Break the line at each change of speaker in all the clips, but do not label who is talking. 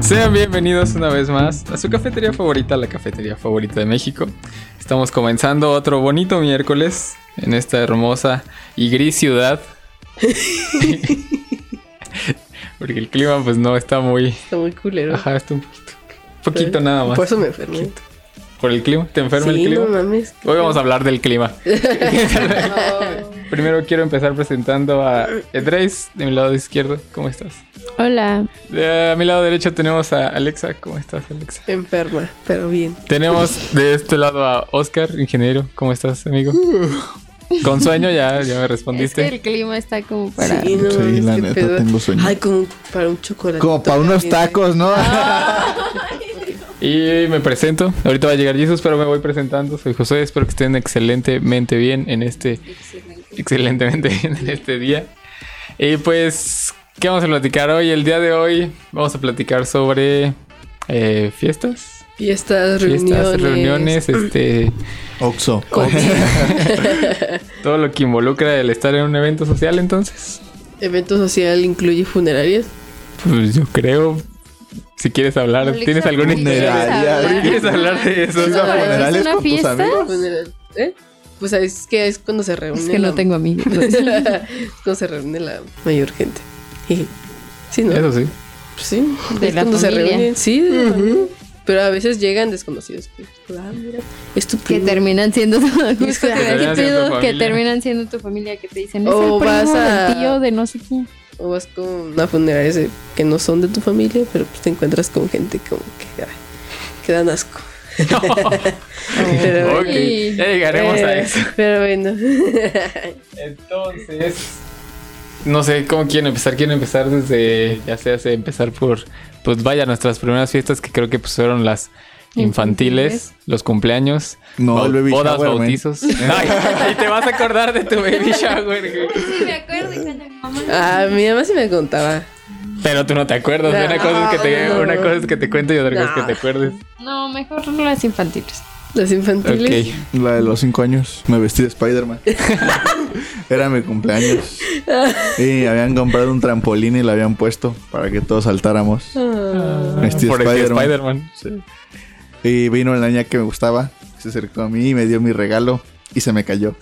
Sean bienvenidos una vez más a su cafetería favorita, la cafetería favorita de México. Estamos comenzando otro bonito miércoles en esta hermosa y gris ciudad. Porque el clima pues no está muy...
Está muy culero.
Ajá, está un poquito. Poquito nada más.
Por eso me enfermé.
Por el clima, ¿te enferma
Pues, Sí,
el clima?
no mames.
Hoy vamos a hablar del clima. Primero quiero empezar presentando a Edreis, de mi lado izquierdo. ¿Cómo estás?
Hola,
De- a mi lado derecho tenemos a Alexa. ¿Cómo estás, Alexa?
Enferma, pero bien.
Tenemos de este lado a Oscar, ingeniero. ¿cómo estás, amigo? Con sueño ya, ya me
es que
respondiste.
el clima está como para...
Sí, no
Sí,
mames,
la
qué
neta,
pedo.
tengo sueño.
Ay, como para un chocolate. ¿eh?
Como para unos tacos, ¿no?
Ah.
Y me presento. Ahorita va a llegar Jesús, pero me voy presentando. Soy José. Espero que estén excelentemente bien en este, excelentemente bien en este día. Y pues, ¿qué vamos a platicar hoy? El día de hoy vamos a platicar sobre eh, fiestas,
Fiestas, reuniones.
fiestas, reuniones, este,
Oxo.
todo lo que involucra el estar en un evento social. Entonces.
Evento social incluye funerarias.
Pues yo creo. Si quieres hablar,
Alexa,
¿tienes alguna
¿por qué
idea?
quieres
Ya, ya,
hablar?
¿por qué
quieres hablar de eso?
¿Es
¿Ibas a funerales
una
con tus
fiesta?
amigos?
Funeral- ¿Eh? Pues es que es cuando se reúne.
Es que
la-
no tengo amigos.
es cuando se reúne la mayor gente. sí, ¿no? Pues
Eso sí.
Sí,
De
es
la
cuando se
familia.
reúnen, sí. de la familia. Pero a veces llegan desconocidos. Ah, mira, es tu
que
primo.
terminan siendo tu
Es que
¿Qué
terminan siendo tu
pedo? que
familia.
terminan siendo tu familia que te dicen es
O
el
vas
primo
a-
del tío de no sé quién
O vas con una funeraria de- que no son de tu familia, pero pues te encuentras con gente como que, ay, que dan asco. Pero
ok,
bueno.
ya llegaremos a
Eh,
eso.
Pero bueno.
Entonces, no sé cómo quieren empezar. Quieren empezar desde, ya se hace empezar por, pues vaya, nuestras primeras fiestas que creo que pues, fueron las infantiles,
Infantiles.
los cumpleaños,
No,
bau-
el baby
bodas,
shower, man.
bautizos. Ay, y te vas a acordar de tu baby shower, güey.
sí me acuerdo cuando mi mamá
Ah, mi mamá sí me contaba.
Pero tú no te acuerdas.
No,
una, cosa es que te,
no.
una cosa es que te cuento y otra cosa es
No.
que te acuerdes.
no mejor las infantiles
Las infantiles.
Ok.
La de los cinco años. Me vestí de Spider-Man. Era mi cumpleaños.
Ah.
Y habían comprado un trampolín y lo habían puesto para que todos saltáramos.
Ah,
Vestí de
Por el que
Spider-Man.
Spider-Man.
y vino la niña que me gustaba. Se acercó a mí y me dio mi regalo. Y se me cayó.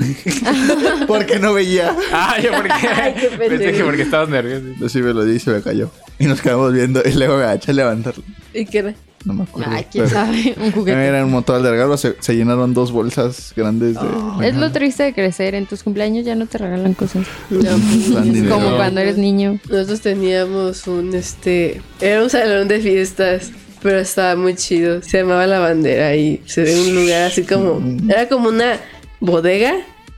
Porque no veía.
Ah, yo porque
Ay, qué pendejo.
pensé que porque estabas nervioso.
Yo sí me lo di y se me cayó. Y nos quedamos viendo. Y luego me agaché a levantarlo.
¿Y qué era?
No me acuerdo.
ay quién
pero-
sabe un juguete
Era un montón de regalos. Se, se llenaron dos bolsas grandes de.
Oh. es lo triste de crecer en tus cumpleaños ya no te regalan cosas
No,
Tan
pues,
dinero.
como cuando eres niño
Nosotros teníamos un este. Era un salón de fiestas. Pero estaba muy chido. Se llamaba La Bandera y se ve un lugar así como. Era como una bodega,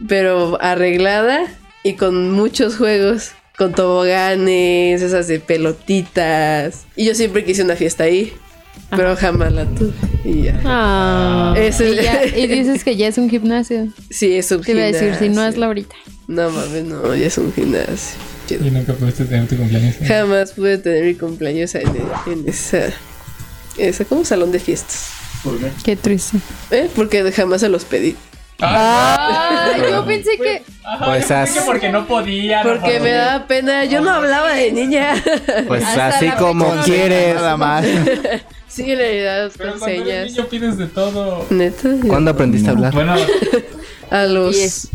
pero arreglada y con muchos juegos. Con toboganes, esas de pelotitas. Y yo siempre quise una fiesta ahí. Pero jamás la tuve. Y ya.
Ah.
Es el-
y, ya- y dices que ya es un gimnasio
Sí, es un
te iba a decir si no
gimnasio.
hazlo ahorita
No mames, no, ya es un gimnasio. Chido.
nunca pudiste tener tu cumpleaños.
Jamás pude tener mi cumpleaños en, en esa, esa como salón de fiestas.
qué triste
¿Eh? Porque jamás se los pedí.
Ay,
Ah.
yo pensé que
Pues, as-
porque no podía.
Porque me daba pena, yo no hablaba de niña.
pues
Hasta
así
la
como
fecha no
quieres.
Nada más.
Sí, la edad con señas.
pides de todo.
Neta. yo-
¿Cuándo aprendiste a hablar?
Bueno,
A
Pues,
los.
Diez.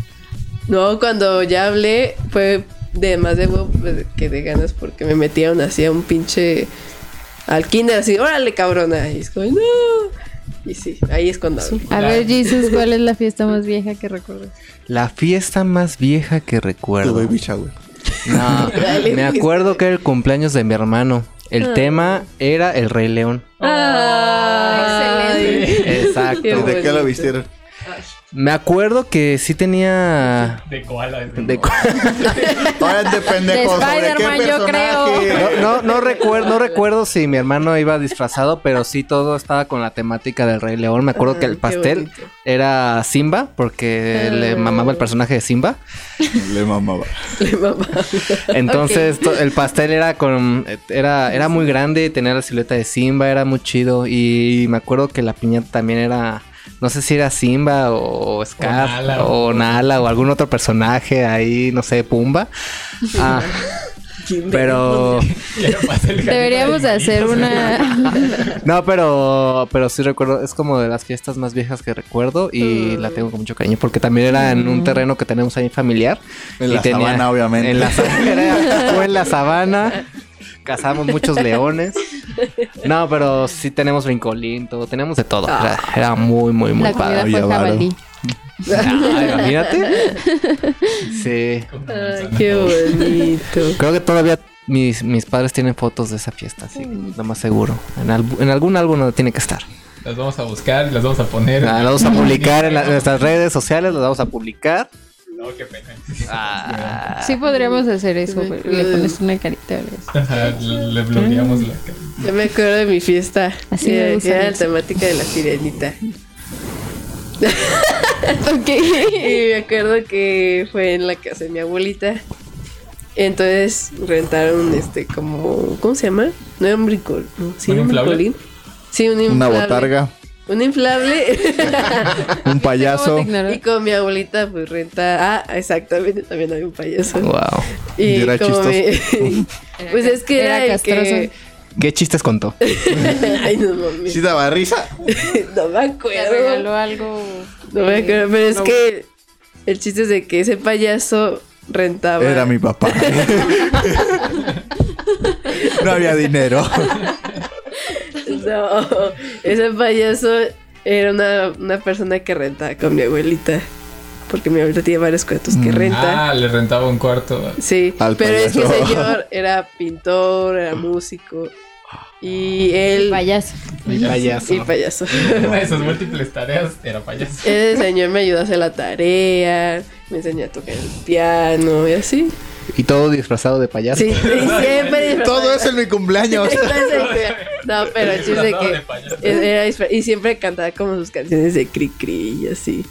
No, cuando ya hablé fue de más de huevo pues, que de ganas porque me metieron así a un pinche. Al kinder, así, órale, cabrona. Y es como, no. Y sí, ahí es cuando hablé.
A ver, Jesus, ¿cuál es la fiesta más vieja que recuerdas?
La fiesta más vieja que
Tu
recuerdo.
baby shower.
No, me acuerdo que era el cumpleaños de mi hermano. El tema era el Rey León.
Excelente. Qué
Exacto.
bueno.
¿De qué lo vistieron?
Me acuerdo que sí tenía.
de koala.
de cu-
Órale, pendejo.
De
¿Sobre qué
Spider-Man, yo
No,
personaje?
no, no recuerdo, no recuerdo si mi hermano iba disfrazado, pero sí todo estaba con la temática del Rey León. Me acuerdo que
Ay,
el
qué
pastel
bonito.
era Simba, porque le mamaba el personaje de Simba.
Le mamaba.
Le mamaba.
Entonces to- el pastel era con era era muy grande, tenía la silueta de Simba, era muy chido y me acuerdo que la piñata también era no sé si era Simba o Scar o Nala
Nala.
o, algún otro personaje ahí, no sé, Pumba. Ah,
kinder.
Pero.
Deberíamos hacer una.
No, pero, pero sí recuerdo, es como de las fiestas más viejas que recuerdo y la tengo con mucho cariño porque también era en un terreno que tenemos ahí familiar.
En
y
la sabana, obviamente.
En la sabana, fue en la sabana. Cazamos muchos leones. No, pero sí tenemos brincolín, todo, tenemos de todo. Era, era muy, muy, muy
La
padre.
comida
Oye,
fue
Varo.
jabalí.
Ah, imagínate. Sí.
Ay, qué bonito.
Creo que todavía mis, mis padres tienen fotos de esa fiesta, así que lo más seguro. En, albu- en algún álbum no tiene que estar.
Las vamos a buscar y las vamos a poner.
Ah, Las vamos a publicar en, la- en nuestras redes sociales, las vamos a publicar.
No, qué pena.
Ah,
Sí podríamos hacer eso.
Me
Le
acuerdo.
pones una carita. ¿verdad?
Ajá, le le bloqueamos la cara.
Yo me acuerdo de mi fiesta.
Así me
Era-
gusta
era la
mucho.
temática de la sirenita. Y
Ok.
me acuerdo que fue en la casa de mi abuelita. Entonces rentaron este como ¿cómo se llama? No era un bricol, ¿no? sí,
¿Un
un,
inflable?
bricolín. Sí, un
Una
inflable.
botarga,
Un inflable.
un payaso.
¿Cómo te ignoró?
y con mi abuelita pues renta, ah, exactamente, también había un payaso.
wow.
Y
Era
como
chistoso.
me- pues es que era,
Era
el que
¿Qué chistes contó?
Ay, no mames.
Sí daba risa.
No me
Le
acuerdo.
regaló algo.
No me acuerdo, pero es
No.
que el chiste es de que ese payaso rentaba.
Era mi papá. no había dinero.
No, ese payaso era una, una persona que renta con mi abuelita. Porque mi abuelita tiene varios cuartos que renta.
Ah, le rentaba un cuarto.
sí,
Mm. al
pero es que el
payaso.
señor era pintor, era músico. Y él.
Payaso.
Payaso.
Y payaso.
Una de sus múltiples tareas era payaso.
Ese señor me ayudó a hacer la tarea, me enseñó a tocar el piano y así.
Y todo disfrazado de payaso.
Sí, y siempre disfrazado
Todo
de-
eso en mi cumpleaños.
No, pero el chiste de
Disfrazado de payaso.
que e-, era disfra- y siempre cantaba como sus canciones de cri cri y así.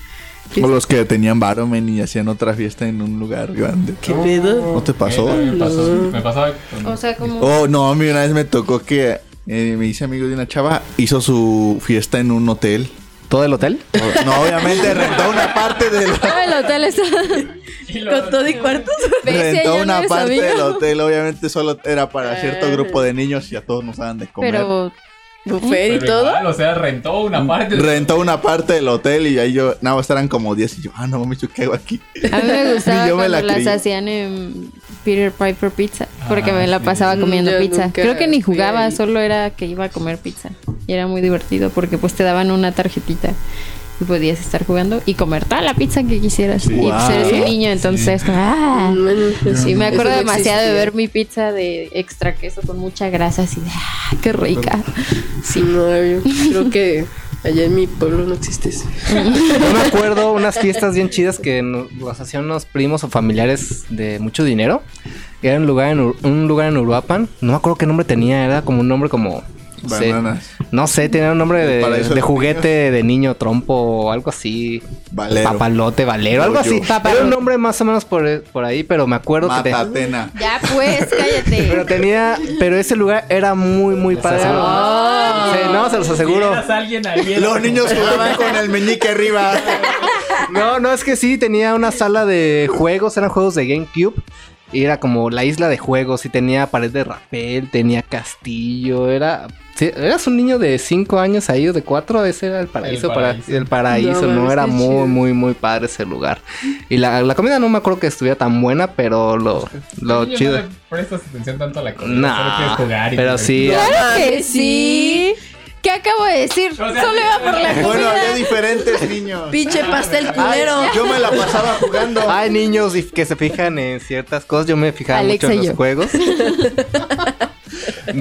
O los que tenían baromen y hacían otra fiesta en un lugar grande.
¿Qué pedo?
¿No te pasó?
Eh, me, pasó,
No.
me pasaba con-
O sea, como.
Oh, no, a mí una vez me tocó que eh, me hice amigo de una chava, hizo su fiesta en un hotel.
¿Todo el hotel?
O- No, obviamente rentó una parte del
Ah, el hotel está.
Y lo-
Con todo y cuartos.
rentó una parte del
amigo.
hotel, obviamente solo era para cierto grupo de niños y a todos nos daban de comer.
Eh. Pero
Buffet y
pero
todo.
igual, o sea, rentó una parte.
Rentó una parte del hotel y ahí yo, nada más eran como 10 y yo, ah, no mames, yo qué hago aquí.
a mí me gustaba
Ni yo me
cuando
la
las
creí.
hacían en Peter Piper Pizza. Porque
Ah,
me la
sí.
pasaba
Mm,
comiendo
yo
pizza.
nunca
Creo que ni
fui
jugaba,
ahí.
solo era que iba a comer pizza. Y era muy divertido porque pues te daban una tarjetita. Y podías estar jugando y comer toda la pizza que quisieras. Y pues eres un niño, entonces... ¡ah!
Bueno, pues
Sí, me
eso
acuerdo
no
demasiado de
existía.
ver mi pizza de extra queso con mucha grasa así de ¡ah, qué rica!
Sí, no, yo creo que allá en mi pueblo no existe eso.
Yo me acuerdo unas fiestas bien chidas que nos las hacían unos primos o familiares de mucho dinero. Era un lugar en, Ur- un lugar en Uruapan. No me acuerdo qué nombre tenía. Era como un nombre como... no sé,
Bananas.
No sé, tenía un nombre de,
paraíso de
de
los
juguete de niño trompo o algo así.
Valero.
Papalote, valero, algo
Yo-yo.
así. Era un nombre más o menos por, por ahí, pero me acuerdo que... te-
Matatena.
Ya pues,
Pero
cállate.
tenía... Pero ese lugar era muy, muy padre. Sí, no, se los aseguro.
Eras alguien ahí, era
Los
como-
niños jugaban con el meñique arriba.
No, no, es que sí, tenía una sala de juegos, eran juegos de GameCube. Y era como la isla de juegos, y tenía pared de rapel, tenía castillo, era... sí, eras un niño de 5 años ahí o de 4, ese era el paraíso, para-
paraíso.
el paraíso,
No,
¿no?
mames,
Era
qué
muy,
chido.
muy, muy padre ese lugar. Y la, la comida no me acuerdo que estuviera tan buena, pero lo, lo
Yo no
chido...
le prestas atención tanto a la comida, solo
No,
quieres jugar y
pero
comer.
sí...
¡Claro que
Mames,
sí! ¿Qué acabo de decir?
O sea,
Solo iba por la
Bueno, había
comida.
diferentes niños.
Pinche pastel
Ay,
culero.
yo me la pasaba jugando.
Hay niños y- que se fijan en ciertas cosas. Yo me fijaba
Alexa
mucho en
y
los
yo.
juegos.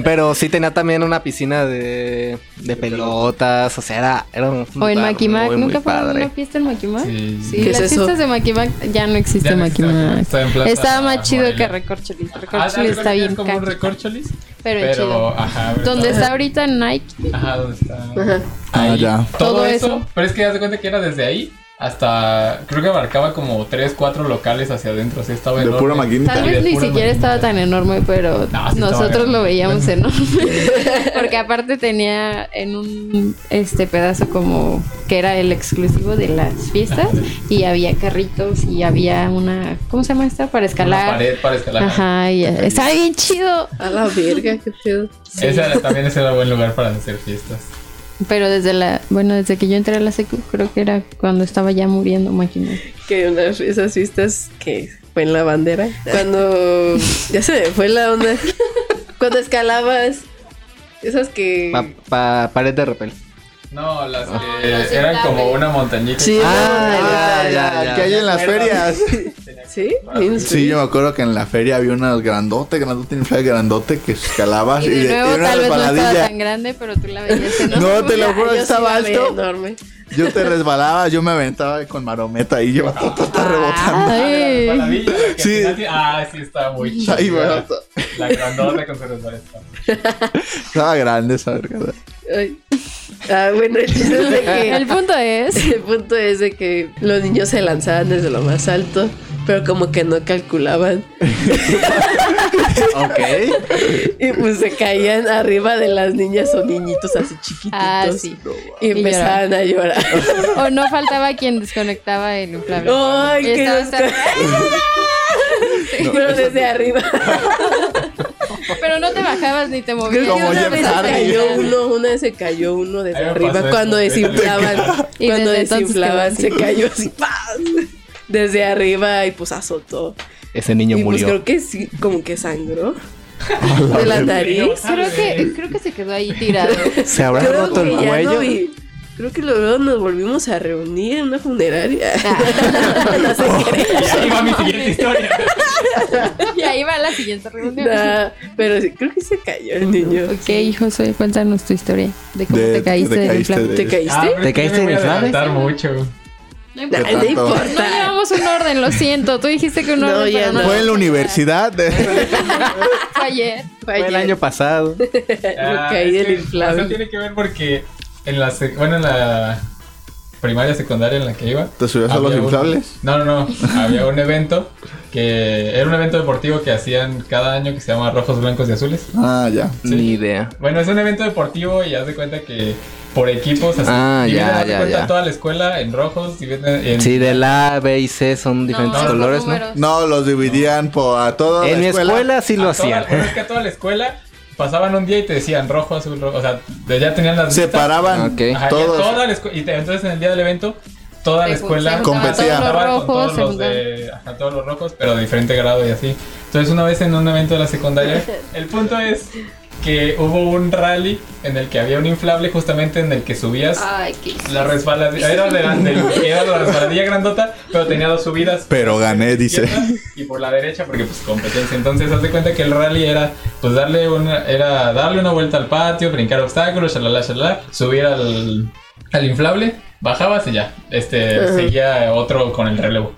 Pero sí tenía también una piscina de, de pelotas. O sea, era, era un
Mm,
O en
lugar
Maquimac.
muy, muy
¿Nunca fueron a
padre.
una fiesta en Maquimac?
Sí. Ah,
Sí.
¿Qué es
las
eso?
fiestas de Maquimac ya no existe
Ya no existe Maquimac,
Maquimac.
está en Plaza
Estaba más chido
Morelia.
que Recorcholis.
Ah,
Recorcholis
¿sabes
está
que es
bien
como un
caca,
recorcholis,
pero,
pero,
chido.
ajá, ahorita-
Donde está ahorita Nike.
Ajá, donde está.
Ajá.
Ah, ya.
Todo,
Todo
eso,
eso.
pero es que haz de cuenta que era desde ahí hasta creo que abarcaba como 3, 4 locales hacia adentro, así estaba
De
enorme.
pura maquinita.
Tal
Y de
vez ni
pura
siquiera estaba tan enorme, pero
No, sí estaba
nosotros
grande.
lo veíamos enorme. Porque aparte tenía en un este pedazo como que era el exclusivo de las fiestas y había carritos y había una ¿cómo se llama esta? para
Una
escalar.
pared para escalar.
Ajá, y estaba bien chido,
A la verga, qué pedo.
Ese era- también ese era buen lugar para hacer fiestas.
pero desde la bueno, desde que yo entré a la secu creo que era cuando estaba ya muriendo máquina.
Que unas esas fiestas que fue en la bandera. Cuando. Ya se me fue la onda. Cuando escalabas. Esas que.
Pa- pa- pared de repel.
No, las
Ah.
que
las
eran
estables.
como una montañita.
Sí,
Ah,
la-
ya, ya, ya.
que hay en las ferias.
¿Sí?
Sí, yo me acuerdo que en la feria había una grandote, grandote, infla grandote que escalabas
Y
y,
de
Ah, de-
nuevo
era
tal
una
vez no estaba
resbaladilla.
tan grande, pero tú la veías
No, te lo juro,
pues Yo sí
estaba
la veía
alto.
Enorme.
Yo te resbalaba, yo me aventaba con marometa y yo ta, ta, ta, rebotando.
Ay.
Maravilla, la que
Sí.
al final tiene- Ah, sí, estaba muy chida.
Ahí va.
La grandota con su resbalesta.
Estaba grande esa verga.
Ay. Ah, bueno, el chiste es de
El
que.
punto es
El punto es de que los niños se lanzaban desde lo más alto, pero como que no calculaban.
Ok.
Y pues se caían arriba de las niñas o niñitos así chiquititos.
Ah, sí.
Y empezaban a llorar.
O no faltaba quien desconectaba el inflable.
Ay,
Y
qué
estaba
asco.
cerca.
Pero desde arriba.
Pero no te bajabas ni te movías.
Como
Y una
Jeff
vez se
Hardy.
cayó uno, una vez se cayó uno
Ahí
desde
me
arriba
pasó
cuando
eso.
desinflaban.
Y
cuando
desde entonces
desinflaban se
quedó
cayó así. ¡paz! Desde arriba y pues azotó.
Ese niño
Y pues
murió.
creo que sí, como que sangró. De la nariz.
Creo que, creo que se quedó ahí tirado.
¿Se habrá
Creo
roto
que
el
ya
cuello?
no vi- Creo que luego nos volvimos a reunir en una funeraria.
Ah.
no sé qué.
Y ahí va mi siguiente historia.
Y ahí va la siguiente reunión.
Nah, pero sí, creo que se cayó el niño.
Mm, Ok, hijo, soy, cuéntanos tu historia de cómo
De-
te caíste
te
del
caíste
inflable.
de-
¿Te caíste?
Ah, pero
¿Te
es que
caíste
yo me
en
voy a
inflable?
adelantar mucho.
No
Nah,
importa.
¿Qué
no
tanto?
No
importa.
llevamos un orden, lo siento. Tú dijiste que un
No,
orden.
ya
pero
no.
Fue en la universidad. de-
Fue ayer.
Fue el año pasado.
Me
Ah,
caí
es
del
que,
inflable.
o sea, tiene que ver porque en la sec- bueno, en la primaria secundaria en la que iba.
¿Te subías a
había
los
un-
inflables?
no, no, no. había un evento que era un evento deportivo que hacían cada año que se llama Rojos, Blancos y Azules.
Ah, ya.
Sí.
Ni idea.
Bueno, es un evento deportivo y haz de cuenta que por equipos así.
Ah,
dividen,
ya,
haz de
ya,
cuenta,
ya.
toda la escuela en rojos, dividen en
Sí, del A, B y C son diferentes
no,
colores, ¿no?
números.
No, los dividían por a toda
En mi
la escuela.
escuela sí lo
a toda-
hacían.
bueno, es que a toda la escuela pasaban un día y te decían rojo, azul, rojo. O sea, de- ya tenían las listas.
separaban
Ok.
Ajá, y a
todos.
toda la escu- y te- entonces en el día del evento, toda la
Se jun- se
escuela
juntaban
Competía.
Todos
Estaban
los
con todos
rojos, se
los
juntaban.
de, ajá, todos los rojos, pero de diferente grado y así. Entonces, una vez en un evento de la secundaria, el punto es que hubo un rally en el que había un inflable justamente en el que subías
Ay, qué.
la resbaladilla, era, de la- del- era la resbaladilla grandota, pero tenía dos subidas.
Pero gané, dice.
izquierda Y por la derecha, porque pues competencia. Entonces, haz de cuenta que el rally era, pues darle una, era darle una vuelta al patio, brincar obstáculos, shalala, shalala, subir al, al inflable, bajabas y ya. Este,
Ajá.
seguía otro con el relevo.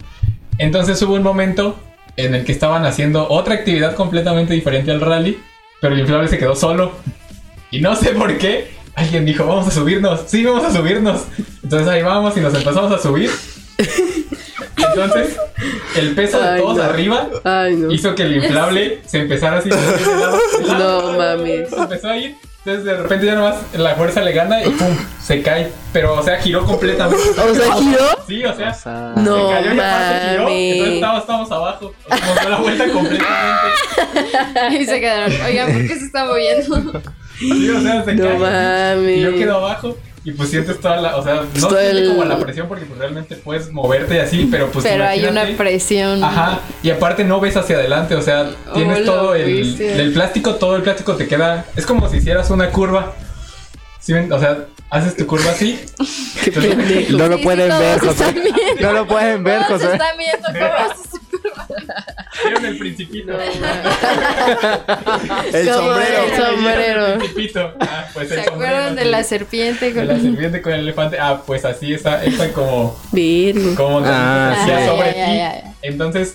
Entonces hubo un momento en el que estaban haciendo otra actividad completamente diferente al rally, pero el inflable se quedó solo. Y no sé por qué, alguien dijo, vamos a subirnos, sí, vamos a subirnos. Entonces ahí vamos y nos empezamos a subir. Entonces, el peso de
Ay,
todos
no.
arriba
Ay, no.
hizo que el inflable se empezara así. de lado a lado.
No mames.
Se empezó a ir. Entonces de repente ya nomás la fuerza le gana y pum, se cae. Pero o sea, giró completamente.
O sea, giró.
Sí, o sea,
O sea,
se
No.
cayó y aparte giró.
mames.
Entonces estábamos, estábamos abajo. O sea, nos dio la vuelta completamente.
Y se quedaron. Oigan, ¿por qué se está moviendo?
Sí, o sea, se
No
cae.
mames.
Y yo quedo abajo. Y pues sientes toda la, o sea, no
todo
sientes
el-
como la presión porque pues, realmente puedes moverte y así, pero pues
Pero hay una
imagínate-
presión.
Ajá, y aparte no ves hacia adelante, o sea, tienes
Hola,
todo el,
bestia.
el plástico, todo el plástico te queda, es como si hicieras una curva, ¿Sí ven? o sea, haces tu curva así,
Qué pendejo.
no lo
Sí, sí,
pueden
todos
ver,
se
José.
están viendo.
No lo pueden ver,
Todos se
José.
están viendo cómo haces
vieron el principito,
El
Como
sombrero.
el sombrero.
el principito, ah, pues
¿Se
el sombrero,
acuerdan de
sí.
la serpiente?
De
Con...
la serpiente con el elefante, ah, pues así está, está como,
Virgo.
como te
Ah,
hacía
sí.
sobre
Ya, ya,
ti.
ya, ya.
entonces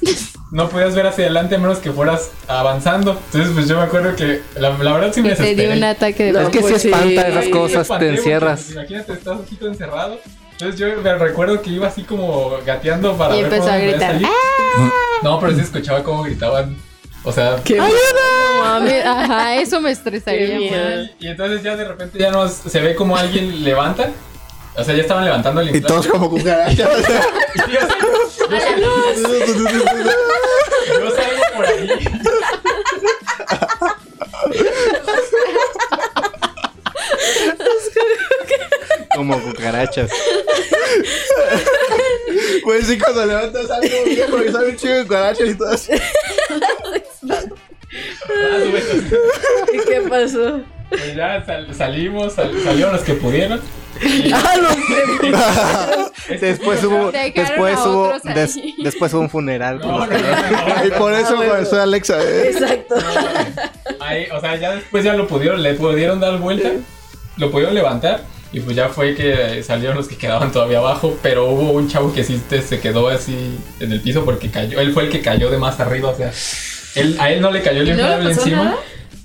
no podías ver hacia adelante a menos que fueras avanzando, entonces pues yo me acuerdo que la, la verdad sí me
Que te
desesperé.
dio un ataque de
No,
Es que
pues
sí
sí.
espanta esas
Ay,
cosas,
espanté,
te
porque,
encierras.
pues, Imagínate, estás un poquito encerrado. Entonces yo me recuerdo que iba así como gateando para
Y
ver
empezó
por
a
dónde podía
gritar.
salir. No, pero sí escuchaba cómo gritaban. O sea,
Qué
No mames, ajá, eso me estresaría.
Qué miedo.
más.
y entonces ya de repente ya nos, se ve como alguien levanta. O sea, ya estaban levantando el
Y
inflable.
todos como cucarachas.
Y yo, salgo- yo salgo por ahí.
Como cucarachas.
Pues sí, cuando levantas algo, bien, porque sale un chico de cucarachas y todo así.
Ah, bueno,
¿Y qué pasó?
pues ya sal- salimos, sal- salieron los que pudieron.
Ah, no sé.
Después hubo,
Dejaron
después
a
hubo,
otros ahí.
des- después hubo un funeral. con
No, no,
los-
no, no,
Y por eso
Ah, bueno.
comenzó Alexa. ¿eh?
Exacto.
Ahí, o sea, ya después ya lo pudieron, le pudieron dar vuelta, lo pudieron levantar y pues ya fue que eh, salieron los que quedaban todavía abajo, pero hubo un chavo que sí te- se quedó así en el piso porque cayó, él fue el que cayó de más arriba, o sea, él, a él no le cayó el
¿Y no le
inflable
pasó
encima.
nada?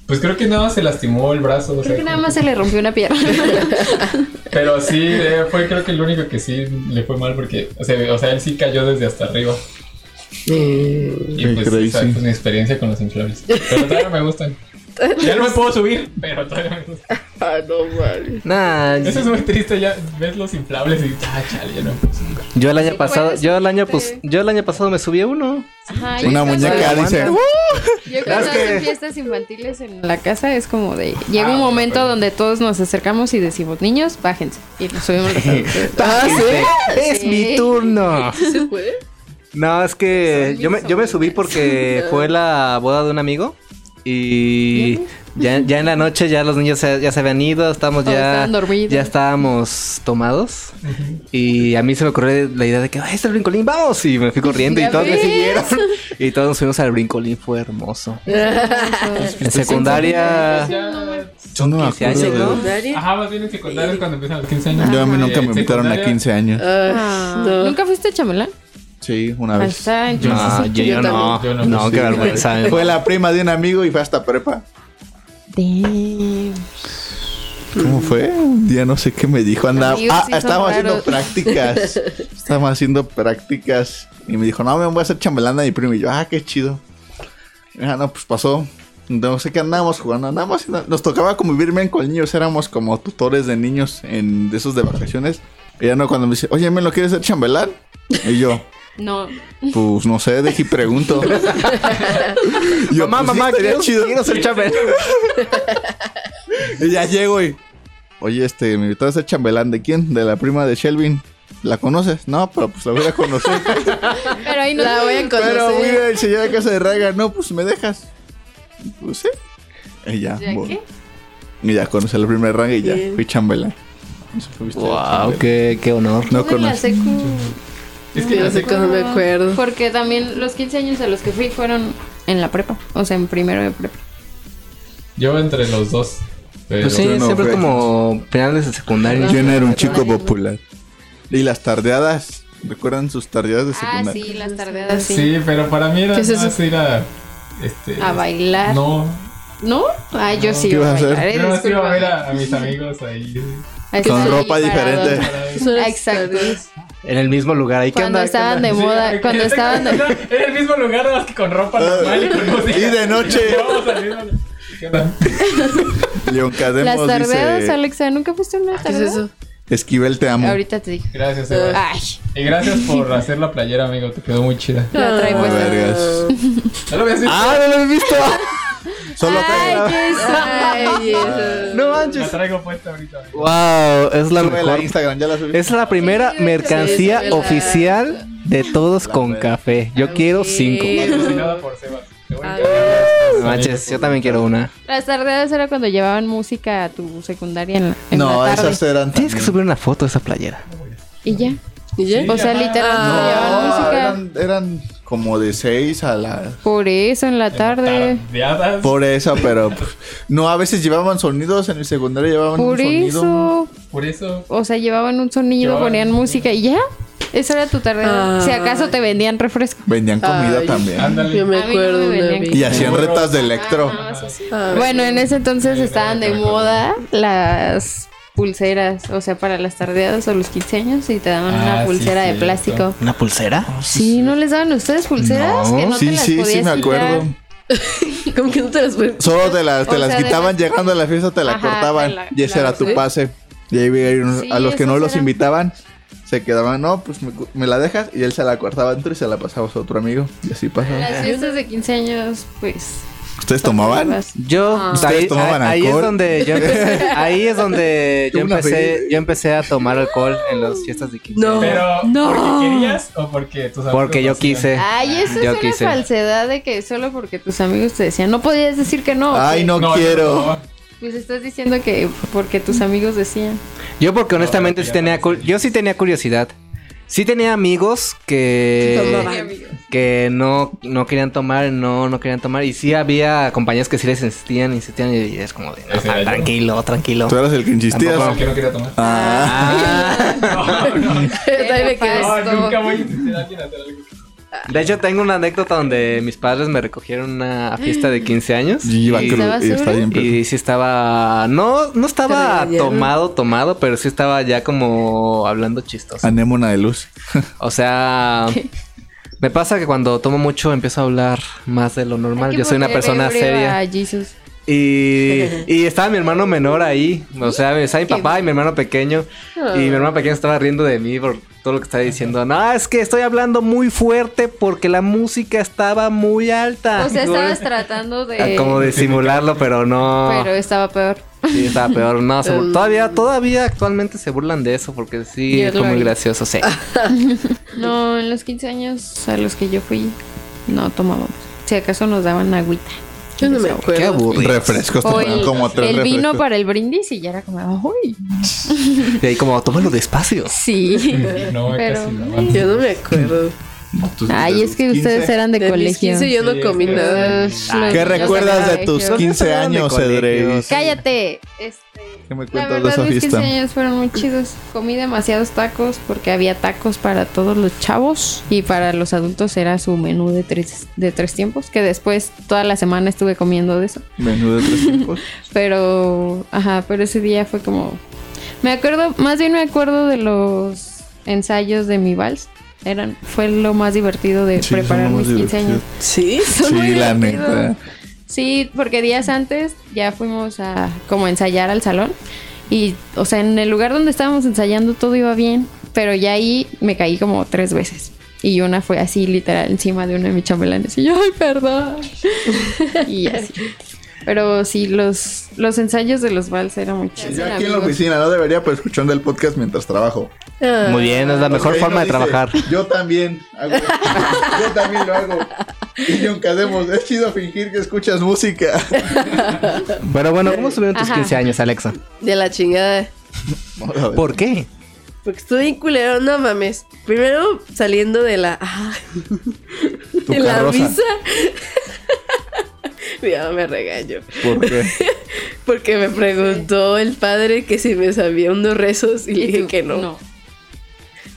Pues creo que nada más se lastimó el brazo, o sea,
Creo que nada
como-
más se le rompió una pierna.
pero sí, eh, fue creo que el único que sí le fue mal porque, o sea, o sea, él sí cayó desde hasta arriba.
Eh.
Y
Qué
pues esa
crazy.
fue mi experiencia con los inflables. Pero todavía me gustan. Ya no me puedo subir, pero todavía me gustan.
Ah, no mames.
Nah,
Eso es muy triste, ya ves los inflables y ah, chale, ya no.
yo el año
Sí,
pasado,
pues,
yo el año
sí.
pues, yo el año pasado me subí a uno.
Ajá, yo
Una
cuando-
muñeca dice.
Aguanta.
Yo cuando
Es que-
hacen fiestas infantiles en la casa es como de... Llega
Ah,
un momento
bueno.
donde todos nos acercamos y decimos, niños, bájense. Y nos subimos los adultos.
Ah, sí. Es
Sí.
mi turno.
¿Sí se puede?
No, es que
Son
yo me,
mis
yo me subí
sobrinas.
porque fue la boda de un amigo y ya, ya en la noche ya los niños se- ya se habían ido, estábamos
Todos
ya,
Oh, estaban dormidos.
ya estábamos tomados y a mí se me ocurrió la idea de que, ¡ay, está el brincolín, vamos! Y me fui corriendo y
¿Ya
todos me
ves?
siguieron y todos nos fuimos al brincolín, fue hermoso. En
Pues
secundaria...
ya-
Yo no me
15
acuerdo
años,
de-
¿no?
¿Secundaria?
Ajá, más bien en secundaria es cuando empiezan los 15 años.
Yo a mí
Eh,
nunca me invitaron a
secundaria-
15 años.
Ah,
Ah,
no.
¿Nunca fuiste a chamelán?
Sí, una
Ahí
vez.
está, entonces
No,
sí.
yo, yo
yo
no,
también. Yo no,
no,
pues,
qué
sí,
vergüenza.
¿eh? Fue la prima de un amigo y fue hasta prepa.
Damn.
¿Cómo fue? Un día no sé qué me dijo. Andaba,
Amigos,
ah,
sí son
estábamos haciendo
raros.
prácticas. estábamos haciendo prácticas. Y me dijo, no, me voy a hacer chambelán a mi primo. Y yo, ah, qué chido. Ah, no, pues pasó. No sé qué andábamos jugando. Andábamos haciendo- Nos tocaba convivir bien con niños. Éramos como tutores de niños en de esos de vacaciones. Y ya no, cuando me dice, oye, ¿me lo quieres hacer chambelán? Y yo,
No.
pues no sé, dejé y pregunto. Y yo,
Mamá,
"Pues sí,
mamá,
estaría
quiero,
chido".
quiero ser chambelán.
Y ya llego y. Oye, este, me invitó a ser chambelán. ¿De quién? De la prima de Shelvin. ¿La conoces? No, pero pues la voy a conocer.
Pero ahí no...
La voy a
pero voy a ir
conocer.
al señor a casa de Raga. No, pues me dejas. Pues sí. Y ya,
¿Ya
voy.
qué?
Y ya conocí a la primera Raga y ya
Bien.
fui chambelán. Eso fue mi historia de
Wow,
chambelán.
qué, qué honor.
No
Yo en la
conocí.
secu...
Es que
Yo
la
sé
secu-
cómo- No me acuerdo.
Porque también los 15 años a los que fui fueron en la prepa. O sea, en primero de prepa.
yo entre los dos. pero-
Pues sí,
Yo no
siempre
fui.
es como finales de secundaria.
Yo no era un chico popular. Y las tardeadas. ¿Recuerdan sus tardeadas de
Ah,
secundaria?
sí, las tardeadas sí.
Sí, pero para mí era
¿Qué es eso?
más ir a. Este,
A bailar. No.
No,
Ah, yo sí.
¿Qué
iba
vas a hacer?
bailar, eh,
yo más iba a ver
discúlpame.
a, a mis amigos ahí.
Ahí
Con
estoy
ropa
parado.
diferente.
para-
Exacto.
En el mismo lugar. ahí que
Cuando estaban de
Sí,
moda, cuando
era-
estaban de...
Era era el mismo lugar, nada más que con ropa normal y con música.
Ah, Y de noche.
Vamos al mismo- ¿Qué onda?
León
Las
Cademos
tardeadas,
dice,
Alexa, ¿nunca fuiste a una
¿Qué es
tardeada?
eso?
Esquivel, te amo.
Ahorita te digo.
Gracias, Eva.
Ay,
Y gracias por hacer la playera, amigo. Te quedó muy chida.
la trae
Ah,
puesta.
vergas.
No lo voy a decir.
¡Ah, no lo he visto!
Solo
Ay, qué
Ay, eso.
¡No
La
manches!
traigo puesta ahorita. amigo.
¡Wow! Es
Súbela
la
a
mejor.
Instagram, ya la subí.
Es la primera
Sí,
mercancía
sí, sí,
oficial de todos
La
con
verdad.
café. Yo
Ah,
quiero
ok.
cinco.
Patrocinada por Sebas. Te voy a
Ah.
encargar las-
No manches, yo también quiero una.
Las tardeadas era cuando llevaban música a tu secundaria en la, en
No,
la tarde.
esas eran.
Tienes que
también.
subir una foto de esa playera.
Y ya.
¿Y ya?
Sí.
O sea,
ajá.
literalmente
Ah.
llevaban
No,
música.
eran, eran como de 6 a la.
Por eso en la tarde.
Tardeadas.
Por eso, pero. pues, No, a veces llevaban sonidos. En el secundario llevaban un
Por
sonido.
eso.
Por eso.
O sea, llevaban un sonido,
Llevaban-
ponían música y ya. Esa era tu tardeada.
Ah.
Si acaso te vendían refresco.
Vendían comida
Ay.
también.
Yo
Ándale.
me
A mí no
acuerdo
me
una
venían
vez.
Y hacían
Burros.
retas de electro.
Ah, no, eso sí.
Ah,
Bueno, en ese entonces
Sí,
estaban de
claro, claro.
moda las pulseras, o sea, para las tardeadas o los 15 años y te daban
Ah,
una
sí,
pulsera de
cierto.
plástico.
¿Una pulsera?
Sí, ¿no les daban a ustedes pulseras? que no te
sí,
las
sí, sí,
podías
me acuerdo.
quitar?
Como que no te las puedes.
Solo te, las- te
O
las
sea, de
quitaban
las-
llegando a la fiesta, te la
Ajá,
cortaban.
te la-
y ese
la-
era tu
¿sí?
pase. Y ahí veía unos-
Sí,
a los que
esos
no los
eran.
invitaban, se quedaban, no, pues me, cu- me la dejas. Y él se la cortaba dentro y se la pasaba a su otro amigo. Y así pasaba.
Las fiestas de 15 años, pues.
¿Ustedes
son
tomaban?
nuevas.
Yo
Ah.
¿Ustedes
ahí,
tomaban
ahí- ahí es
alcohol?
donde yo empecé, ahí es donde yo
Una
empecé,
fe-
yo empecé a tomar alcohol en las fiestas de 15.
No.
Pero,
No.
¿porque querías o porque tus amigos
Porque
lo
yo
hacían?
quise.
Ay, eso
Ah, Yo
es
quise.
una falsedad de que solo porque tus amigos te decían, no podías decir que no.
Ay, no,
No,
quiero.
no,
Pues estás diciendo que porque tus amigos decían.
Yo porque honestamente
pero
sí
ya
tenía cu- yo sí tenía curiosidad. Sí tenía amigos que
Tomaban.
que no no querían tomar, no no querían tomar y sí había compañías que sí les insistían, insistían y es como de, "No,
Ese era yo".
tranquilo, tranquilo.
Tú eras el que insistías.
no, que no quería tomar.
Ah,
Ah.
No, no.
Yo también me quedé.
Ay,
No,
Esto.
nunca voy a insistir a alguien a hacer algo.
De hecho tengo una anécdota donde mis padres me recogieron a una fiesta de 15 años.
y iba
y-
crudo,
¿Estabas
y está
seguro?
bien, pero-
Y sí estaba. No, no estaba
Te regañaron.
tomado, tomado, pero sí estaba ya como hablando chistoso.
Anémona de luz.
O sea. Me pasa que cuando tomo mucho empiezo a hablar más de lo normal.
Hay
Yo
que
soy una
poner
persona
ebrio
seria.
a Jesus.
Y, y estaba mi hermano menor ahí. O sea, estaba mi
Qué
papá y mi hermano pequeño. Y mi hermano pequeño estaba riendo de mí por todo lo que estaba diciendo. No, es que estoy hablando muy fuerte porque la música estaba muy alta. Ah,
O sea, estabas tratando de.
Ah,
Como de simularlo, pero no.
Pero estaba peor.
Sí, estaba peor. No, se bur-
Mm.
todavía, todavía actualmente se burlan de eso porque sí
Yo
fue
lo
muy
haría.
gracioso, sí.
No, en los 15 años a los que yo fui, no tomábamos. Si acaso nos daban agüita.
Yo no me
Qué
acuerdo.
aburrido.
Refrescos,
O
tomaban
el,
como tres
el vino
refrescos.
para el brindis y ya era como, ¡ay!
Y ahí como, tómalo despacio.
Sí.
No,
Pero-
casi no.
Yo no me acuerdo.
Tus-
Ay,
de
es que
tus 15.
ustedes eran de,
De mis
colegio.
15 yo no
Sí,
comí
es que-
nada.
Los- los
¿Qué
niños
recuerdas de tus
colegio.
15
Los niños
años,
de colegio.
Edrey?
Cállate. Este,
¿Qué me
la
cuentas de
verdad,
esa
mis 15
fiesta?
años fueron muy chidos. Comí demasiados tacos porque había tacos para todos los chavos y para los adultos era su menú de tres, de tres tiempos, que después toda la semana estuve comiendo de eso.
Menú de tres tipos.
Pero, ajá, pero ese día fue como... Me acuerdo, más bien me acuerdo de los ensayos de mi vals. Eran, fue lo más divertido de
Sí, son
preparar
lo más
mis 15 años.
divertido.
Sí.
Son muy
Sí, la
divertidos.
neta.
Sí, porque días antes ya fuimos a como a ensayar al salón y o sea, en el lugar donde estábamos ensayando todo iba bien, pero ya ahí me caí como tres veces. Y una fue así literal encima de uno de mis chambelanes y yo, "Ay, perdón." y así. Pero sí los los ensayos de los vals eran muy chidos.
Yo
eran
aquí en la
amigos.
oficina no debería, pero escuchando el podcast mientras trabajo.
Ah,
Muy bien, es la mejor
Porque ahí
forma
no
de
dice,
trabajar.
Yo también hago esto. Yo también lo hago. Y nunca hacemos. Es chido fingir que escuchas música.
Pero bueno, ¿cómo subieron tus
Ajá.
15 años, Alexa?
De la chingada.
¿Por qué?
Porque estuve bien culero, no mames. Primero saliendo de la. ah,
Tu
de la
carroza.
misa. Mi mamá me regañó.
¿Por qué?
Porque me preguntó el padre que si me sabía unos rezos y le
Y
dije
tú,
que no.
no.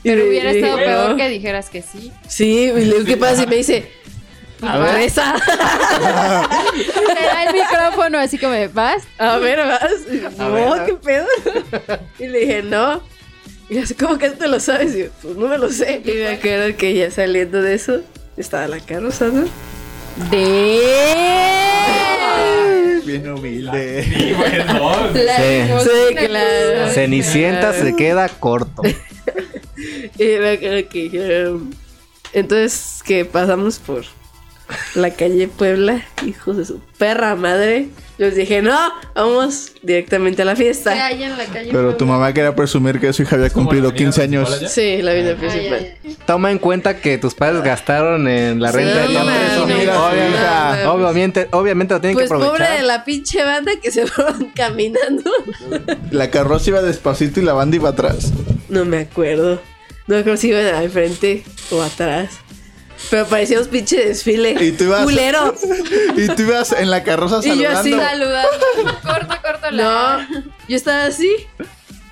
Y
Pero
le
hubiera
dije
estado
que
peor
no.
que dijeras que sí.
Sí, y le digo, ¿qué pasa? Y me dice, a ver, reza.
Te da el micrófono así como, "¿Vas?"
A ver, vas.
A
no,
ver.
qué pedo. Y le dije, no. Y le dice, ¿cómo que no te lo sabes? Y yo, pues no me lo sé. Y me acuerdo que ya saliendo de eso, estaba la carroza, ¿no?
De
Bien humilde.
Y bueno,
La
Sí.
limusina
Sí, claro.
que-
Cenicienta se queda corto.
Y me acuerdo que dijeron, entonces que pasamos por la calle Puebla, hijos de su perra madre. Les dije, no, vamos directamente a la
¿Qué
fiesta.
hay en la calle?
Pero tu
Puebla?
mamá quería presumir que su hija había
como
cumplido
la niña
15 años.
principal allá.
Sí, la vida
Ay,
principal.
ay, ay.
Toma en cuenta que tus padres gastaron en la
Sí,
renta de
no
todo eso.
mames,
no
Obviamente,
mames.
obviamente, obviamente lo tienen
Pues
que
pobre de
aprovechar.
la pinche banda que se fueron caminando.
La carroza iba despacito y la banda iba atrás.
No me acuerdo. No me acuerdo si iban al frente o atrás. Pero parecía un pinche desfile.
Y tú ibas-
Culero.
Y tú ibas en la carroza
Y yo así,
saludando.
Saludando. Corto, corto la.
No, yo estaba así.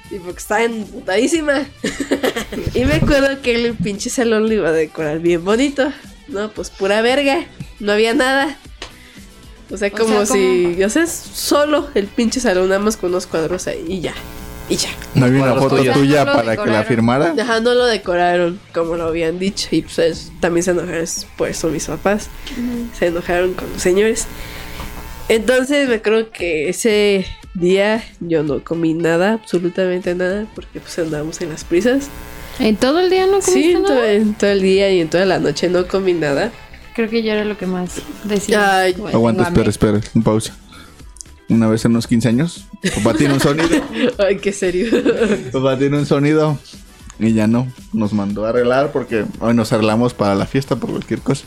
Y porque estaba emputadísima. y me acuerdo que el pinche salón lo iba a decorar bien bonito. No, pues pura verga. No había nada. O sea,
O
como
sea,
si. O sea, es solo el pinche salón, nada más con unos cuadros ahí y ya. Y ya.
No había una
Cuadros
foto
tuyos.
tuya
Solo
para que la
decoraron.
firmara.
Ajá, no lo decoraron como lo habían dicho. Y pues es- también se enojaron por eso mis papás. Se enojaron con los señores. Entonces me creo que ese día yo no comí nada, absolutamente nada, porque pues andábamos en las prisas.
¿En todo el día no comiste
Sí, en
nada?
todo, en todo el día y en toda la noche no comí nada.
Creo que yo era lo que más decía.
Ay,
Bueno,
Aguanta,
tengo
espera,
hambre.
espera. Un pausa. Una vez en unos 15 años, tu papá tiene un sonido.
Ay, qué serio.
tu papá Pues tiene un sonido. Y ya no. Nos mandó a arreglar porque hoy nos arreglamos para la fiesta por cualquier cosa.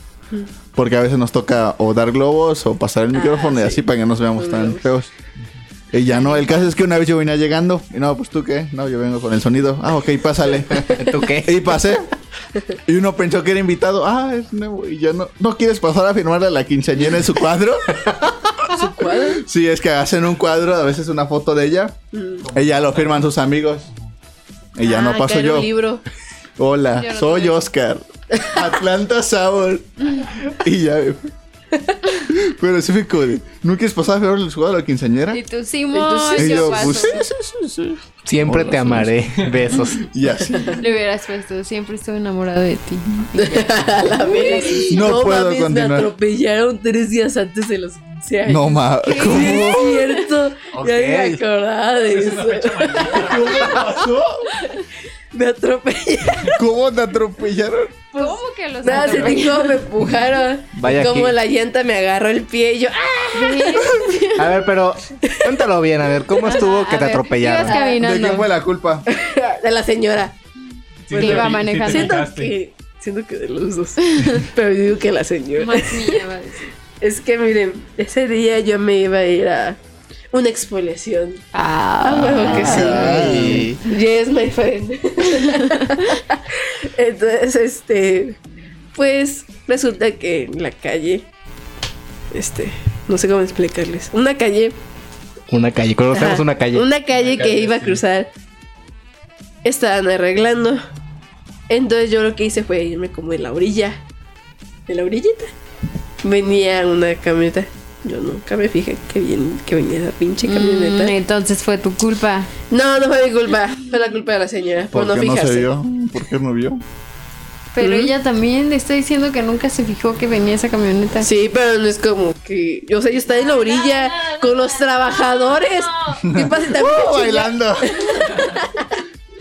Porque a veces nos toca o dar globos o pasar el micrófono y
sí.
así para que no nos veamos
Los
tan
globos.
feos. Y ya no. El caso es que una vez yo venía llegando. Y no, pues tú qué. No, yo vengo con el sonido. Ah, ok, pásale.
¿Tú qué?
Y pasé. Y uno pensó que era invitado. Ah, es nuevo. Y ya no. ¿No quieres pasar a firmarle a la quinceañera en su cuadro?
¿Su cuadro?
Sí, es que hacen un cuadro, a veces una foto de ella. Ella lo firman sus amigos. Y ya no
Ah,
paso
que era
yo.
un libro.
Hola,
Yo no
soy
tuve.
Oscar. Atlanta Sour. y ya. güey. Pero sí fue como de, ¿No quieres pasar a firmar el cuadro a la quinceañera?
Y tú, Simón,
Y tú,
Y
sí,
¿Eh? yo,
yo
pues
paso.
sí, sí, sí, sí.
Siempre
Hola,
te
sí.
amaré. Besos.
Y así.
Le hubieras puesto, pues, siempre estuve enamorado de ti.
La verga.
No puedo
Me
continuar.
atropellaron tres días antes de los 15 años.
No ma.
Sí,
¿Cómo?
es cierto. Ya ni me
Ok.
acordaba de eso.
¿Cómo pasó?
Me atropellaron.
¿Cómo te atropellaron?
¿Cómo que los
Nada, se
atropellaron?
dijo, me empujaron.
Vaya
Y como
aquí.
la llanta me agarró el pie y yo, ¡ah!
A ver, pero cuéntalo bien, a ver, ¿cómo estuvo que
A
te
ver,
atropellaron?
ibas
¿De quién fue
caminando.
la culpa?
¡ah! De la señora.
Sí, iba manejando.
Siento
enojaste.
que. Siento que de los dos. Pero yo digo que la señora.
Más mía, va a decir.
Es que miren, ese día yo me iba a ir a una expoliación. Ah, huevo que sí. Yes, my friend. Entonces, este, pues resulta que en la calle, este, no sé cómo explicarles, una calle,
Una calle, conocemos
ajá,
una calle.
una calle
Una
que
calle,
iba a
sí.
cruzar, estaban arreglando. Entonces yo lo que hice fue irme como de la orilla, de la orillita. Venía una camioneta. Yo nunca me fijé que, bien, que venía esa pinche camioneta.
Mm, entonces fue tu culpa.
No, no fue mi culpa. Fue la culpa de la señora. Por,
¿Por
no
qué no
fijarse.
se vio? ¿Por qué no vio?
Pero
Ujú.
ella también le está diciendo que nunca se fijó que venía esa camioneta.
sí, pero no es como que. O sea, yo estaba en la orilla con los trabajadores. ¿Qué pasa? También
Oh,
chillé.
bailando.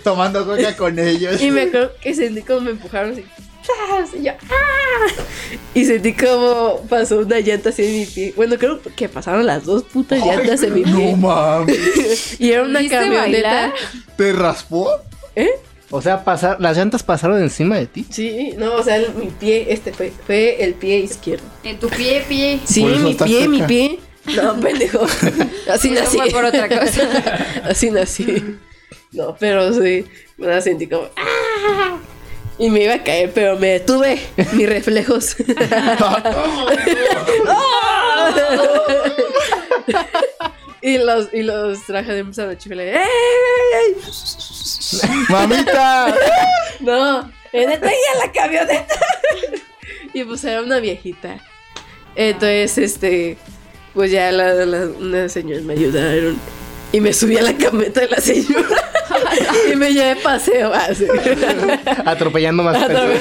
Tomando coca con ellos.
Y me acuerdo que sentí como me empujaron así. ¡zas! Y yo, ¡ah! Y sentí como pasó una llanta así en mi pie. Bueno, creo que pasaron las dos putas llantas en mi
No
pie.
mames.
y era una
¿Viste
camioneta.
bailar?
¿Te raspó?
¿Eh?
O sea, pasar, las llantas pasaron encima de ti.
Sí, no, o sea, el- mi pie, este fue, fue el pie izquierdo.
En tu pie, pie.
Sí,
Por eso
mi
estás
pie, mi
chueca.
pie. No, pendejo. Así
Eso
nací.
fue por otra cosa.
Así nací. No, pero sí. Me la sentí como. ¡ah! Y me iba a caer, pero me detuve. Mis reflejos. y los, y los trajes empezaron a chiflarle. ¡Ey!
¡Mamita!
No, en esta ya la camioneta. y pues era una viejita. Entonces, este, pues ya la, la- una señora me ayudaron. Y me subí a la camioneta de la señora. y me llevé paseo. así.
Atropellando más personas.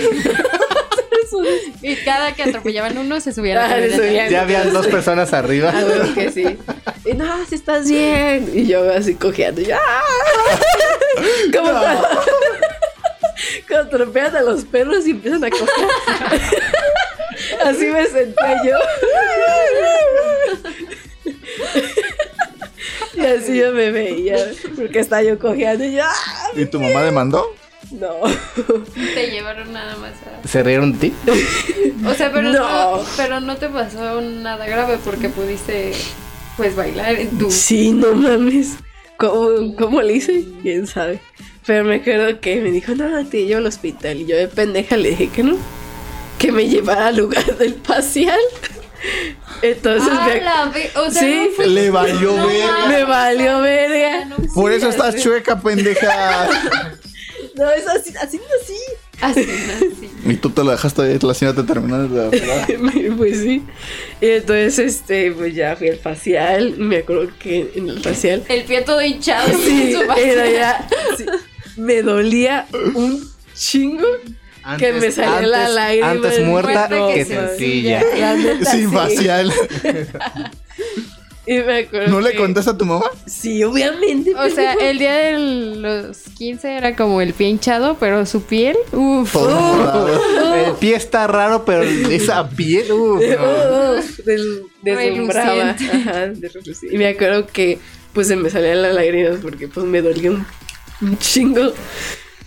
Y cada que atropellaban uno se subía a
Ah,
la
le
camioneta.
subían.
Ya habían dos personas arriba.
Ah, bueno, que sí. Y no, si estás bien. Y yo así cojeando. Y yo, ¡ah! Como cuando, cuando tropean a los perros y empiezan a cojear. así me senté yo. y así yo me veía. Porque estaba yo cojeando. Y yo, ¡ah!
¿Y tu mamá demandó?
No.
Te llevaron nada más a...
¿Se rieron de ti?
O sea, pero
No.
no. pero no te pasó nada grave porque pudiste pues bailar en tu
Sí, no mames. ¿Cómo, ¿Cómo le hice? Quién sabe. Pero me acuerdo que me dijo, no, te llevo al hospital. Y yo de pendeja le dije que no. Que me llevara al lugar del parcial. Entonces
Ah,
me,
la ve- o sea,
Sí.
no fue-
Le valió
No,
verga.
me valió verga.
Por eso estás chueca, pendeja.
No, es así, así, así.
Así, así.
Y tú te lo dejaste ahí, la señora te terminó de operar.
pues sí. Y entonces, este, pues ya fui al facial. Me acuerdo que en el facial.
El pie todo hinchado.
Sí,
sin su base.
era ya. sí, me dolía un chingo. Que me salió la lágrima
Antes
en-
muerta
Muerta que
que sencilla.
La neta,
Sin
sí.
facial.
Y me acuerdo.
¿No le
que-
contaste a tu mamá?
Sí, obviamente.
O sea, el día de los 15 era como el pie hinchado, pero su piel, uff.
Todo morado.
El Eh, pie está raro, pero esa piel. uf, no.
Oh, oh, del, deslumbraba.
Reluciente.
Ajá, de reluciente. Y me acuerdo que pues se me salían las lágrimas porque pues me dolía un, un chingo.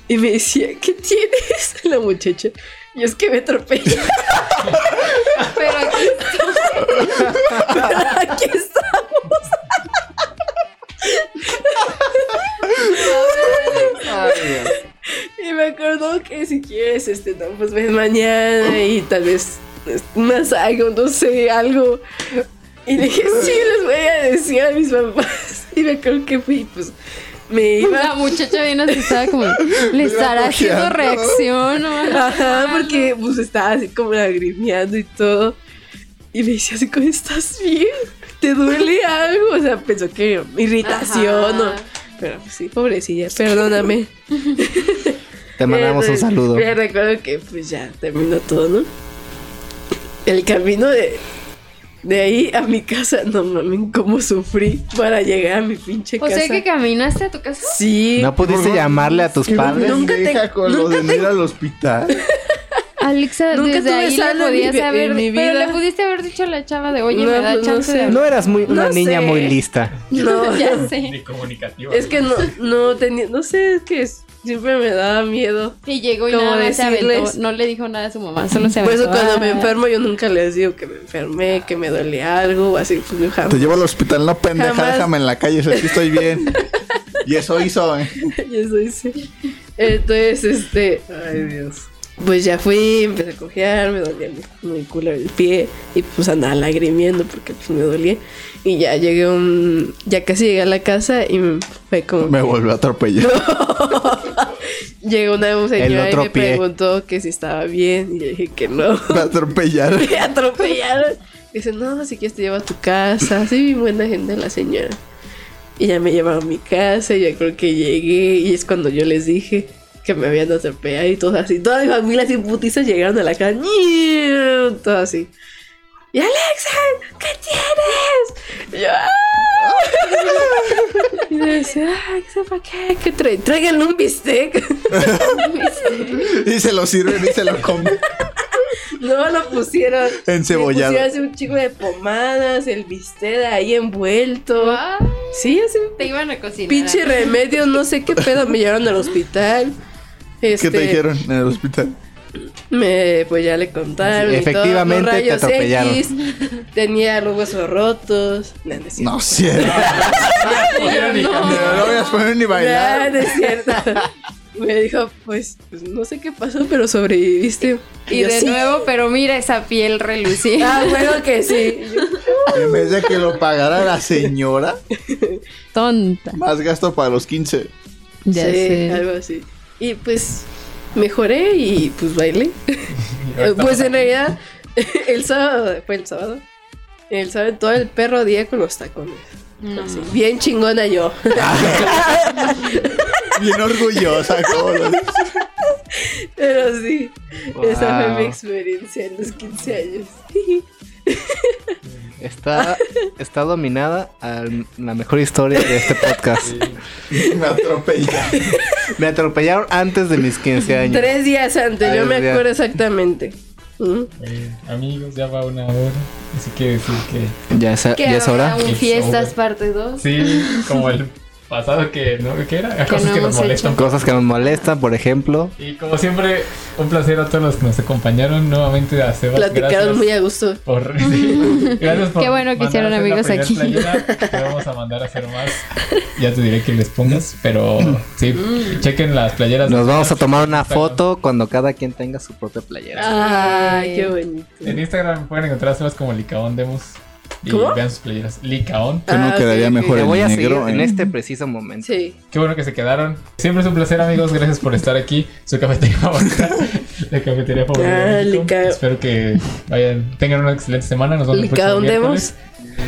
Y me decía, ¿qué tienes? La muchacha. Y es que me atropellé.
Pero aquí
Aquí está. Y me acuerdo que si quieres, este, no, pues ven mañana y tal vez es, más algo, no sé, algo. Y dije, sí, les voy a decir a mis papás. Y me acuerdo que fui, pues me iba.
la muchacha bien asustada, como, ¿le estará haciendo
cojeando.
reacción o algo?
Ajá, porque pues estaba así como lagrimeando y todo. Y me decía así como, ¿estás bien? ¿Te duele algo? O sea, pensó que irritación
Ajá.
o... Pero pues, sí, pobrecilla, perdóname.
Te mandamos un
Eh,
saludo.
eh, recuerdo que pues ya terminó todo, ¿no? El camino de, de ahí a mi casa, no mames, cómo sufrí para llegar a mi pinche
O
casa.
sea, que caminaste a tu casa.
Sí.
¿No pudiste llamarle a tus padres?
no. Nunca te-
Deja con lo
nunca
de no ir al hospital.
Alexa,
Nunca
desde
tuve
ahí
sano
le
en
podías
mi- en
haber,
mi
pero
vida.
le pudiste haber dicho a la chava de, oye,
No,
me da
pues, no
chance
sé.
de
No eras muy, una
No
niña
sé.
muy lista.
No,
Ya sé.
comunicativa.
es que no, no tenía, no sé, es que es- siempre me daba miedo.
Y llegó y
Como
nada más se
decirles.
aventó. No le dijo nada a su mamá, solo se
Por
aventó.
eso cuando me
Ah.
enfermo yo nunca les digo que me enfermé, que me duele algo, o así, pues yo
Te
jamás.
llevo al hospital, no pendeja,
Jamás.
déjame en la calle, si aquí estoy bien. Y eso hizo, ¿eh?
Yo soy sí. Entonces, este, ay Dios. Pues ya fui, empecé a cojear, me dolía muy, muy culo el pie y pues andaba lagrimiendo porque pues me dolía. Y ya llegué a un, ya casi llegué a la casa y me- fue como...
Me volvió a atropellar.
Llegó una señora y
otro
me
pie.
preguntó que si estaba bien y yo dije que no.
Me atropellaron.
me atropellaron. Dice, no, si quieres te llevo a tu casa. Sí, bien buena gente la señora. Y ya me llevaron a mi casa, y ya creo que llegué. Y es cuando yo les dije que me habían atropellado y todo así. Toda mi familia así putizas llegaron a la casa. ¡ñiu! Todo así. Y Alexa, ¿qué tienes? Y yo, "Ah". Y yo decía, "Ah, Alexa, ¿para qué? ¿Qué trae? Tráiganle un bistec.
Y se lo sirven y se lo comen.
No lo pusieron.
Encebollado.
Le pusieron así un chico de pomadas, el bistec ahí envuelto.
Ay,
Sí, así un
Te iban a cocinar.
pinche remedio, no sé qué pedo. Me llevaron al hospital. Este,
¿Qué te dijeron en el hospital?
Me, pues ya le contaron. y todo,
Efectivamente,
los
te
rayos
atropellaron.
X, tenía los huesos rotos. No, no es cierto.
No, cierto. No,
Eh,
no voy a poner ni
No,
bailar.
no es cierto. Me dijo, pues, pues, no sé qué pasó, pero sobreviviste.
Y
yo,
de
"Sí".
nuevo, pero mira esa piel reluciente.
Ah, bueno que sí. Y yo,
En vez de que lo pagara la señora,
Tonta.
más gasto para los 15.
Ya
sí,
sé.
algo así. Y pues mejoré y pues bailé. pues en realidad, el sábado, fue el sábado. El sábado todo el perro día con los tacones.
No,
Así, bien chingona yo.
Bien orgullosa, como lo dice.
Pero sí, esa fue
Wow.
mi experiencia en los 15 años.
Está, está dominada a la mejor historia de este podcast.
Me atropellaron.
Me atropellaron antes de mis 15 años.
Tres días antes, yo
Tres
me
días.
acuerdo exactamente. ¿Mm?
Eh, amigos, ya va una hora. Así que decir que.
Ya es, ya es hora.
aún
Es
fiestas
hora.
parte 2.
Sí, como el pasado que no que era. Cosas
no
que
hemos
nos
hecho.
molestan.
Cosas que nos molestan, por ejemplo.
Y como siempre, un placer a todos los que nos acompañaron nuevamente a Sebas.
Platicaron
gracias
muy a gusto.
por, sí, gracias por
Qué bueno que hicieron
mandar a hacer
amigos
la primera playera. Te vamos a mandar a hacer más. Ya te diré que les pongas, pero sí,
Mm.
chequen las playeras.
Nos vamos a tomar una foto cuando cada quien tenga su propia playera.
Ay, qué bonito.
En Instagram pueden encontrar a Sebas como Licaón Demos. Y
¿Cómo?
vean sus playeras. Licaón.
Yo no
Ah,
quedaría
ok, ok.
mejor
Te
el
voy a seguir
negro.
en
eh.
este preciso momento.
Sí.
Qué bueno que se quedaron. Siempre es un placer, amigos. Gracias por estar aquí. Su cafetería favorita. La cafetería favorita. de
Ah,
México.
Licao.
Espero que vayan, tengan una excelente semana. Nos vemos el próximo
Licao, ¿dónde
miércoles.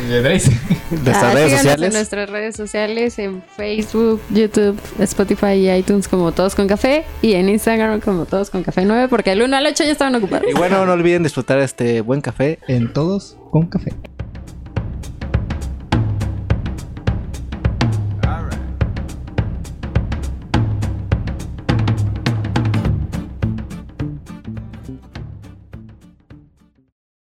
Eh, Drace.
Nuestras
Ah,
redes
síganos
sociales.
en nuestras redes sociales, en Facebook, YouTube, Spotify y iTunes como Todos con Café y en Instagram como Todos con Café 9 porque el 1 al 8 ya estaban ocupados.
Y bueno, no olviden disfrutar este buen café en todos con café.